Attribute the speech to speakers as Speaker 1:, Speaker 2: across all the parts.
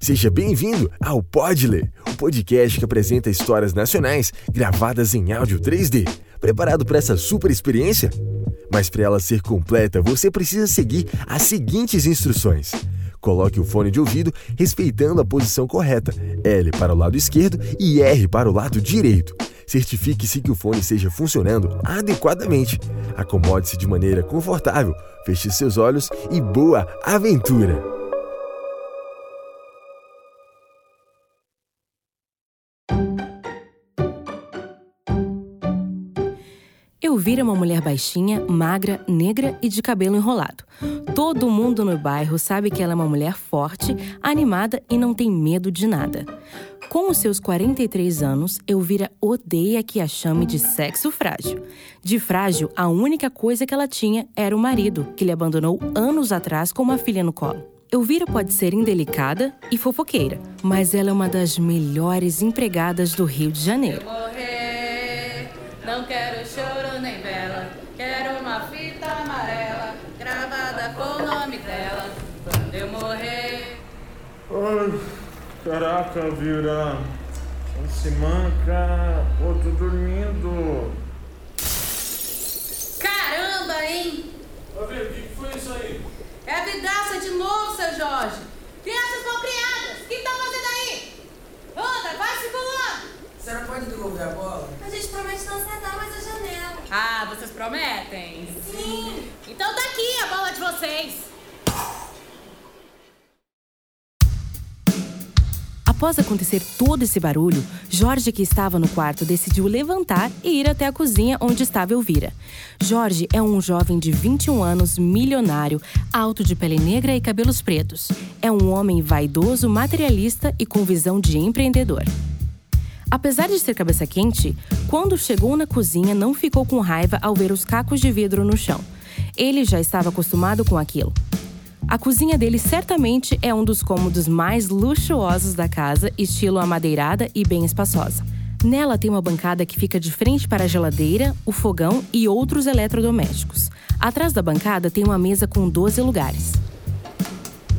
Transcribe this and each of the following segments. Speaker 1: Seja bem-vindo ao Pode Ler, o podcast que apresenta histórias nacionais gravadas em áudio 3D. Preparado para essa super experiência? Mas para ela ser completa, você precisa seguir as seguintes instruções. Coloque o fone de ouvido respeitando a posição correta, L para o lado esquerdo e R para o lado direito. Certifique-se que o fone esteja funcionando adequadamente. Acomode-se de maneira confortável, feche seus olhos e boa aventura!
Speaker 2: Eu vira uma mulher baixinha, magra, negra e de cabelo enrolado. Todo mundo no bairro sabe que ela é uma mulher forte, animada e não tem medo de nada. Com os seus 43 anos, Elvira odeia que a chame de sexo frágil. De frágil, a única coisa que ela tinha era o marido, que lhe abandonou anos atrás com uma filha no colo. Elvira pode ser indelicada e fofoqueira, mas ela é uma das melhores empregadas do Rio de Janeiro.
Speaker 3: morrer. Não quero choro nem vela. Quero uma fita amarela gravada com o nome dela. Quando eu morrer.
Speaker 4: Ai, caraca, Vira. Um se manca, outro dormindo.
Speaker 3: Caramba, hein?
Speaker 4: Ô, Vira, o que foi isso aí?
Speaker 3: É a vidraça de novo, seu Jorge. Crianças malcriadas, o que estão fazendo aí? Anda, vai se pulando.
Speaker 5: A senhora pode devolver a bola?
Speaker 6: A gente promete não acertar mais a janela.
Speaker 3: Ah, vocês prometem?
Speaker 6: Sim.
Speaker 3: Então tá aqui a bola de vocês.
Speaker 2: Após acontecer todo esse barulho, Jorge, que estava no quarto, decidiu levantar e ir até a cozinha onde estava Elvira. Jorge é um jovem de 21 anos, milionário, alto de pele negra e cabelos pretos. É um homem vaidoso, materialista e com visão de empreendedor. Apesar de ser cabeça quente, quando chegou na cozinha não ficou com raiva ao ver os cacos de vidro no chão. Ele já estava acostumado com aquilo. A cozinha dele certamente é um dos cômodos mais luxuosos da casa, estilo amadeirada e bem espaçosa. Nela tem uma bancada que fica de frente para a geladeira, o fogão e outros eletrodomésticos. Atrás da bancada tem uma mesa com 12 lugares.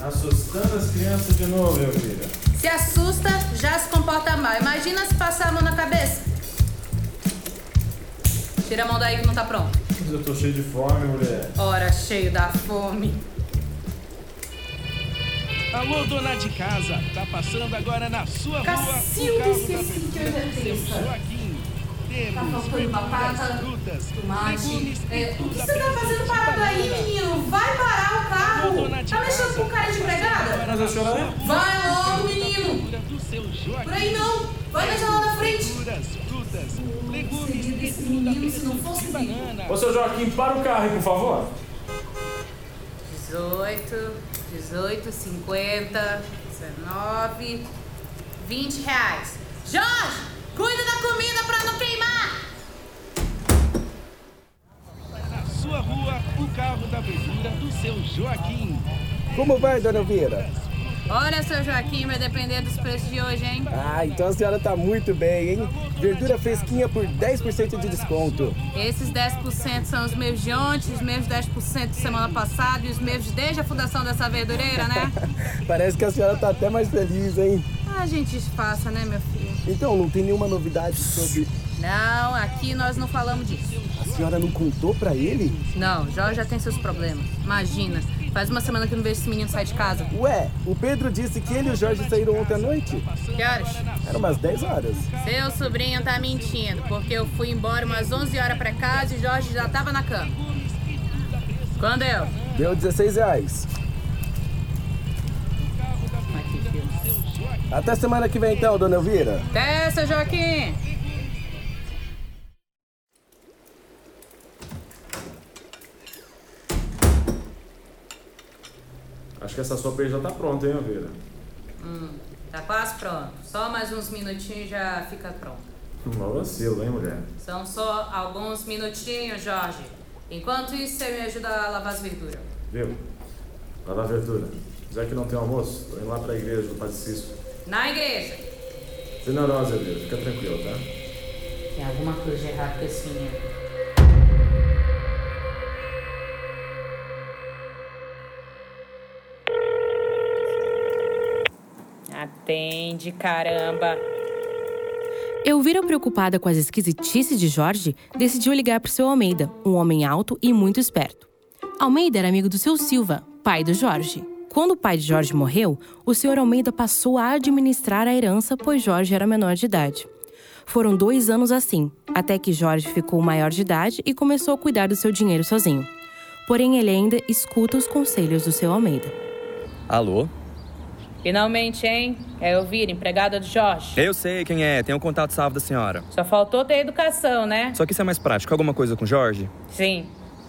Speaker 4: Assustando as crianças de novo, Elvira.
Speaker 3: Se assusta, já se comporta mal. Imagina se passar a mão na cabeça. Tira a mão daí que não tá pronto.
Speaker 4: Mas eu tô cheio de fome, mulher.
Speaker 3: Ora, cheio da fome.
Speaker 7: Alô, dona de casa, tá passando agora na sua
Speaker 3: Cacilda,
Speaker 7: rua. o
Speaker 3: esqueci
Speaker 7: carro da
Speaker 3: que hoje é
Speaker 7: prefeitura,
Speaker 3: terça.
Speaker 7: seu Joaquim.
Speaker 3: Tá
Speaker 7: Temos
Speaker 3: faltando
Speaker 7: verduras,
Speaker 3: batata,
Speaker 7: frutas,
Speaker 3: Tomate.
Speaker 7: legumes e
Speaker 3: É, o
Speaker 7: tudo
Speaker 3: que
Speaker 7: à
Speaker 3: você tá
Speaker 7: pressa
Speaker 3: fazendo
Speaker 7: de
Speaker 3: parado aí,
Speaker 7: panela.
Speaker 3: menino? Vai parar o
Speaker 7: Alô,
Speaker 3: carro.
Speaker 7: dona de
Speaker 3: Tá mexendo
Speaker 7: casa,
Speaker 3: com cara de
Speaker 7: tá passando agora
Speaker 3: empregada?
Speaker 7: na
Speaker 4: a senhora
Speaker 7: sua
Speaker 4: é?
Speaker 7: rua,
Speaker 3: Vai logo,
Speaker 7: da
Speaker 3: menino.
Speaker 7: prefeitura do seu Joaquim.
Speaker 3: Por aí não. Vai na janela da frente.
Speaker 7: Verduras, frutas, legumes
Speaker 3: seria
Speaker 7: e
Speaker 3: desse
Speaker 7: tudo à
Speaker 3: menino se
Speaker 7: pressa
Speaker 3: não
Speaker 7: de
Speaker 3: fosse mim.
Speaker 7: banana.
Speaker 4: Ô, seu Joaquim, para o carro aí, por favor.
Speaker 3: 18, 18, 50, 19, 20 reais. Jorge, cuida da comida pra não queimar.
Speaker 7: Na sua rua, o carro da verdura do seu Joaquim.
Speaker 8: Como vai, dona Elvira?
Speaker 3: Olha, seu Joaquim, vai depender dos preços de hoje, hein?
Speaker 8: Ah, então a senhora tá muito bem, hein? Verdura fresquinha por 10% de desconto.
Speaker 3: Esses 10% são os meus de ontem, os meus 10% de semana passada e os meus de desde a fundação dessa verdureira, né?
Speaker 8: Parece que a senhora tá até mais feliz, hein?
Speaker 3: A gente espaça, né, meu filho?
Speaker 8: Então, não tem nenhuma novidade sobre.
Speaker 3: Não, aqui nós não falamos disso.
Speaker 8: A senhora não contou pra ele?
Speaker 3: Não, Jorge já tem seus problemas. Imagina, faz uma semana que eu não vejo esse menino sair de casa.
Speaker 8: Ué, o Pedro disse que ele e o Jorge saíram ontem à noite.
Speaker 3: Que horas?
Speaker 8: Era umas 10 horas.
Speaker 3: Seu sobrinho tá mentindo, porque eu fui embora umas 11 horas pra casa e Jorge já tava na cama. Quando eu?
Speaker 8: Deu 16 reais. Até semana que vem então, dona Elvira.
Speaker 3: Até, seu Joaquim!
Speaker 4: Acho que essa sopa aí já tá pronta, hein, Elvira?
Speaker 3: Tá quase pronto. Só mais uns minutinhos já fica pronto.
Speaker 4: Mal vacilo, hein, mulher?
Speaker 3: São só alguns minutinhos, Jorge. Enquanto isso, você me ajuda a lavar as verduras.
Speaker 4: Viu? Lá da verdura. Já que não tem almoço, tô indo lá pra igreja do Padre Cício.
Speaker 3: Na igreja!
Speaker 4: Sem neurose, Elvira. Fica tranquilo, tá?
Speaker 3: Tem alguma coisa errada com esse menino.
Speaker 9: Atende, caramba.
Speaker 2: Elvira, preocupada com as esquisitices de Jorge, decidiu ligar para o seu Almeida, um homem alto e muito esperto. Almeida era amigo do seu Silva, pai do Jorge. Quando o pai de Jorge morreu, o senhor Almeida passou a administrar a herança, pois Jorge era menor de idade. Foram dois anos assim, até que Jorge ficou maior de idade e começou a cuidar do seu dinheiro sozinho. Porém, ele ainda escuta os conselhos do seu Almeida.
Speaker 10: Alô?
Speaker 9: Finalmente, hein? É Elvira, empregada do Jorge.
Speaker 10: Eu sei quem é, tem o contato salvo da senhora.
Speaker 9: Só faltou ter educação, né?
Speaker 10: Só que isso é mais prático. Alguma coisa com o Jorge?
Speaker 9: Sim.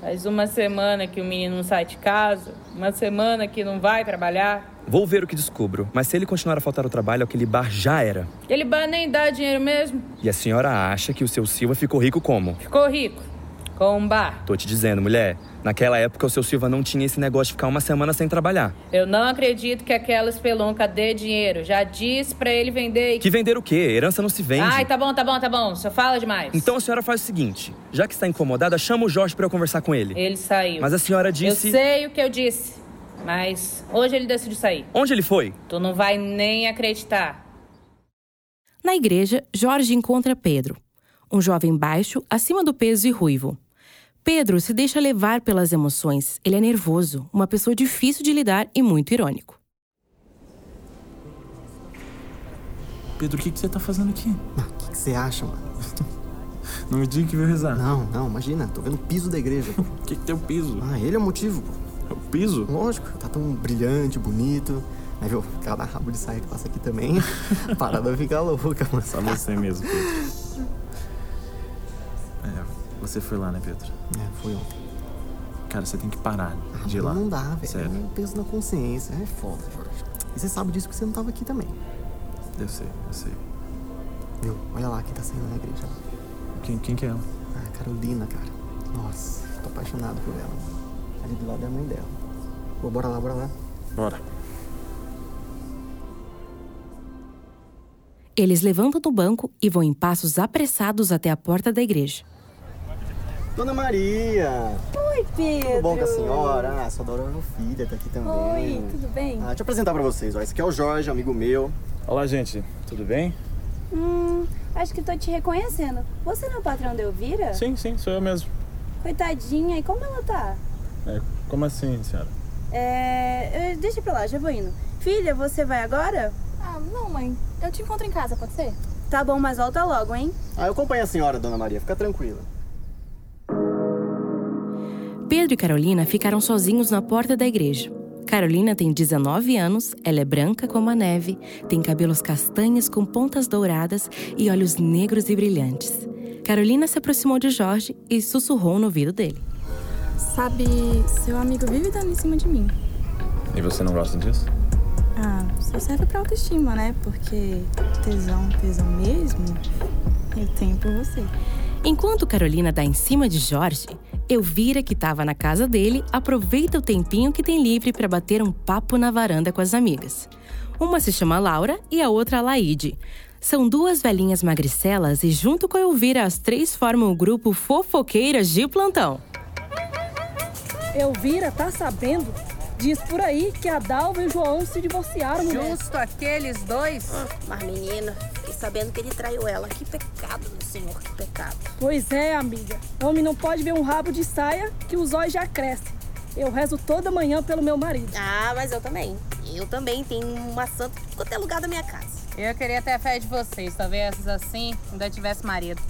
Speaker 9: Faz uma semana que o menino não sai de casa, uma semana que não vai trabalhar.
Speaker 10: Vou ver o que descubro, mas se ele continuar a faltar ao trabalho, aquele bar já era.
Speaker 9: Ele ba- nem dá dinheiro mesmo.
Speaker 10: E a senhora acha que o seu Silva ficou rico como?
Speaker 9: Ficou rico. Com um bar.
Speaker 10: Tô te dizendo, mulher. Naquela época, o seu Silva não tinha esse negócio de ficar uma semana sem trabalhar.
Speaker 9: Eu não acredito que aquela espelonca dê dinheiro. Já disse pra ele vender e...
Speaker 10: Que vender o quê? Herança não se vende.
Speaker 9: Ai, tá bom, tá bom, tá bom. Só fala demais.
Speaker 10: Então a senhora faz o seguinte: já que está incomodada, chama o Jorge pra eu conversar com ele.
Speaker 9: Ele saiu.
Speaker 10: Mas a senhora disse.
Speaker 9: Eu sei o que eu disse. Mas hoje ele decidiu sair.
Speaker 10: Onde ele foi?
Speaker 9: Tu não vai nem acreditar.
Speaker 2: Na igreja, Jorge encontra Pedro, um jovem baixo, acima do peso e ruivo. Pedro se deixa levar pelas emoções. Ele é nervoso, uma pessoa difícil de lidar e muito irônico.
Speaker 4: Pedro, o que, que você tá fazendo aqui?
Speaker 11: O que que você acha, mano?
Speaker 4: Não me diga que veio rezar.
Speaker 11: Não, não, imagina, tô vendo o piso da igreja.
Speaker 4: O que, que tem o piso?
Speaker 11: Ah, ele é o motivo, pô.
Speaker 4: É o piso?
Speaker 11: Lógico, tá tão brilhante, bonito. Aí, viu, cada rabo de saia que passa aqui também, a parada fica louca, mano.
Speaker 4: Só você mesmo, Pedro. É, você foi lá, né, Pedro?
Speaker 11: É, foi ontem.
Speaker 4: Cara, você tem que parar de ir lá.
Speaker 11: Não dá, velho. É
Speaker 4: Sério,
Speaker 11: um peso na consciência. É foda, Jorge. E você sabe disso que você não tava aqui também.
Speaker 4: eu sei, eu sei.
Speaker 11: Viu? Olha lá quem tá saindo da igreja.
Speaker 4: Quem, quem que é ela?
Speaker 11: Ah, Carolina, cara. Nossa, tô apaixonado por ela. Ali do lado é a mãe dela. Pô, bora lá, bora lá.
Speaker 4: Bora.
Speaker 2: Eles levantam do banco e vão em passos apressados até a porta da igreja.
Speaker 11: Dona Maria!
Speaker 12: Oi, Pedro.
Speaker 11: Tudo bom com a senhora? Ah, sua adorável filha tá aqui também.
Speaker 12: Oi, tudo bem?
Speaker 11: Ah, deixa eu apresentar pra vocês, ó. Esse aqui é o Jorge, amigo meu.
Speaker 4: Olá, gente. Tudo bem?
Speaker 12: Hum, acho que tô te reconhecendo. Você não é o patrão da Elvira?
Speaker 4: Sim, sim, sou eu mesmo.
Speaker 12: Coitadinha, e como ela tá?
Speaker 4: É, como assim, senhora?
Speaker 12: É. eh, Deixa pra lá, já vou indo. Filha, você vai agora?
Speaker 13: Ah, não, mãe. Eu te encontro em casa, pode ser?
Speaker 12: Tá bom, mas volta logo, hein?
Speaker 11: Ah, eu acompanho a senhora, Dona Maria. Fica tranquila.
Speaker 2: Pedro e Carolina ficaram sozinhos na porta da igreja. Carolina tem 19 anos, ela é branca como a neve, tem cabelos castanhos com pontas douradas e olhos negros e brilhantes. Carolina se aproximou de Jorge e sussurrou no ouvido dele.
Speaker 13: Sabe, seu amigo vive dando em cima de mim.
Speaker 4: E você não gosta disso?
Speaker 13: Ah, só serve pra autoestima, né? Porque tesão, tesão mesmo, eu tenho por você.
Speaker 2: Enquanto Carolina dá em cima de Jorge, Elvira, que estava na casa dele, aproveita o tempinho que tem livre para bater um papo na varanda com as amigas. Uma se chama Laura e a outra Laide. São duas velhinhas magricelas e, junto com a Elvira, as três formam o grupo Fofoqueiras de Plantão.
Speaker 14: Elvira tá sabendo. Diz por aí que a Dalva e o João se divorciaram, mulher.
Speaker 3: Justo aqueles dois?
Speaker 15: Mas menina, fiquei sabendo que ele traiu ela. Que pecado, meu senhor, que pecado.
Speaker 14: Pois é, amiga. Homem não pode ver um rabo de saia que os olhos já crescem. Eu rezo toda manhã pelo meu marido.
Speaker 15: Ah, mas eu também. Eu também tenho uma santa em qualquer lugar da minha casa.
Speaker 3: Eu queria ter a fé de vocês, talvez essas assim ainda tivesse marido.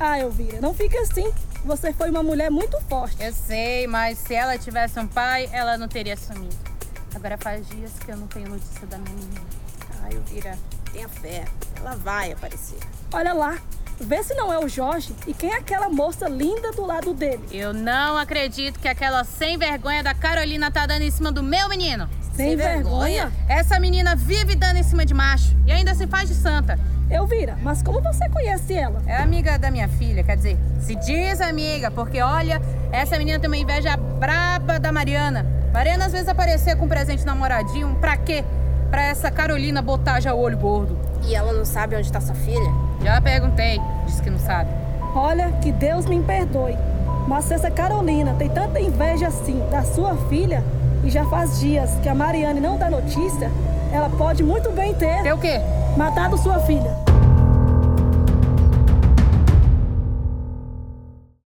Speaker 14: Ah, Elvira, não fica assim. Você foi uma mulher muito forte.
Speaker 3: Eu sei, mas se ela tivesse um pai, ela não teria sumido. Agora faz dias que eu não tenho notícia da minha menina.
Speaker 15: Ai, Elvira, tenha fé. Ela vai aparecer.
Speaker 14: Olha lá. Vê se não é o Jorge e quem é aquela moça linda do lado dele.
Speaker 3: Eu não acredito que aquela sem vergonha da Carolina tá dando em cima do meu menino.
Speaker 14: Sem vergonha?
Speaker 3: Essa menina vive dando em cima de macho e ainda se faz de santa.
Speaker 14: Elvira, mas como você conhece ela?
Speaker 3: É amiga da minha filha, quer dizer, se diz amiga, porque olha, essa menina tem uma inveja braba da Mariana. Mariana às vezes aparecia com um presente namoradinho, pra quê? Pra essa Carolina botar já o olho gordo.
Speaker 15: E ela não sabe onde tá sua filha?
Speaker 3: Já perguntei, disse que não sabe.
Speaker 14: Olha, que Deus me perdoe. Mas se essa Carolina tem tanta inveja assim da sua filha, e já faz dias que a Mariane não dá notícia, ela pode muito bem ter. Ter
Speaker 16: o quê?
Speaker 14: Matado sua filha.